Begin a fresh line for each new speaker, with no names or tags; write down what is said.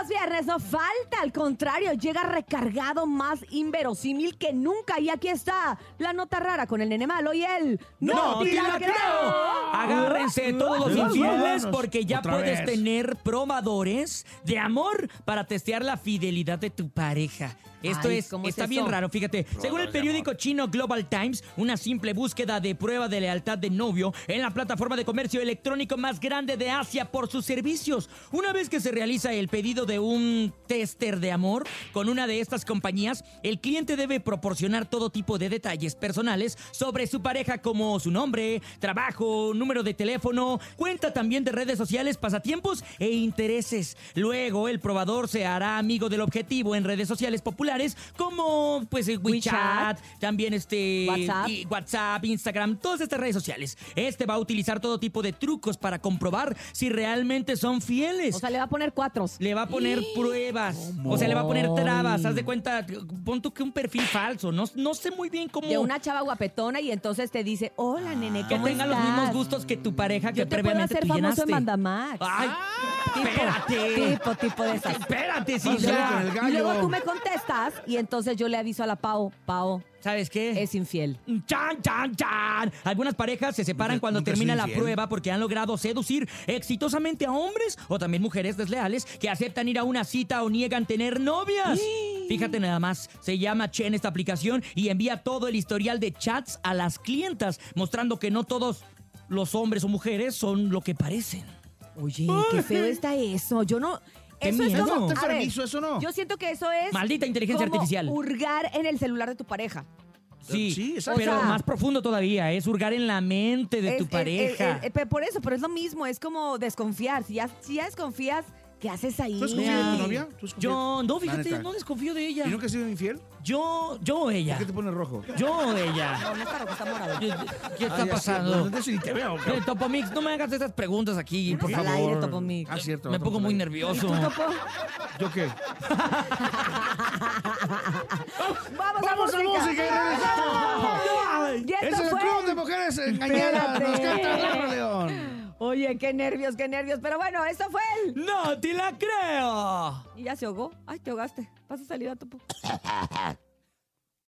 los viernes no falta, al contrario, llega recargado más inverosímil que nunca. Y aquí está la nota rara con el nene malo y él.
¡No, te la creo! Agárrense todos los
Dios,
infieles
vámonos,
porque ya
otra
puedes
vez.
tener probadores de amor para testear la fidelidad de tu pareja. Esto
Ay,
es,
¿cómo es
está
eso?
bien raro, fíjate. Según el periódico chino Global Times, una simple búsqueda de prueba de lealtad de novio en la plataforma de comercio electrónico más grande de Asia por sus servicios. Una vez que se realiza el pedido de un tester de amor con una de estas compañías, el cliente debe proporcionar todo tipo de detalles personales sobre su pareja como su nombre, trabajo, número de teléfono, cuenta también de redes sociales, pasatiempos e intereses. Luego el probador se hará amigo del objetivo en redes sociales populares como pues el WeChat, también este
WhatsApp.
y WhatsApp, Instagram, todas estas redes sociales. Este va a utilizar todo tipo de trucos para comprobar si realmente son fieles.
O sea, le va a poner cuatros.
Le va a poner pruebas. O sea, le va a poner trabas. Haz de cuenta, pon tú que un perfil falso. No, no sé muy bien cómo.
De una chava guapetona y entonces te dice, hola, nene,
Ah, que
¿cómo
tenga los
estás?
mismos gustos que tu pareja que
Yo te puedo
previamente
hacer
tú
famoso en
llenaste.
Bandamax.
Ay, espérate.
Tipo, tipo de esas.
Espérate, sí,
Y
Vas a ver
ya.
con el
luego,
gallo.
y luego tú me contestas y entonces yo le aviso a la Pau, Pau,
¿Sabes qué?
es infiel.
Mm, ¡Chan, chan, chan! Algunas parejas se separan
Nunca-
cuando
nunca he
termina
sido
la
infiel.
prueba porque han logrado seducir exitosamente a hombres o también mujeres desleales que aceptan ir a una cita o niegan tener novias. Fíjate nada más, se llama Chen esta aplicación y envía todo el historial de chats a las clientas, mostrando que no todos los hombres o mujeres son lo que parecen.
Oye, qué feo está eso. Yo no.
Qué
Eso
miedo.
es como.
Está
a ver,
enfermizo, eso no.
Yo siento que eso es.
Maldita inteligencia
como
artificial.
Hurgar en el celular de tu pareja.
Sí,
Sí, exacto.
pero
O sea-
más profundo todavía, es hurgar en la mente de
Es-
tu
es-
pareja.
es- es- pe- por eso, pero es lo mismo. Es como desconfiar. Si ya, si ya desconfías, ¿qué haces ahí?
¿Tú has confiado en tu novia? ¿Tú has confiado?
yo, no, fíjate,
neta.
no desconfío de ella.
¿Y nunca has sido infiel?
Yo, yo o ella.
¿Por qué te pones rojo?
Yo o ella.
No, no está rojo, está morado.
Yo- ¿Qué
Ah,
está
ya sé, no,
pasando?
no sé ni te veo.
Eh, Topomix, no me hagas estas preguntas aquí, por
Al
favor.
aire, Topomix.
Ah, cierto.
Me pongo muy
nervioso.
nervioso.
¿Tú, Topo?
¿Yo qué?
Vamos,
¡Vamos a música y regresamos!
Y esto
¡Es el
fue-
club de mujeres engañadas! ¡Nos
Espérate.
canta Laura León!
Oye, qué nervios, qué nervios. Pero bueno, esto fue el.
¡No te la creo!
Y ya se ahogó. Ay, te ahogaste. Vas a salir a Topo.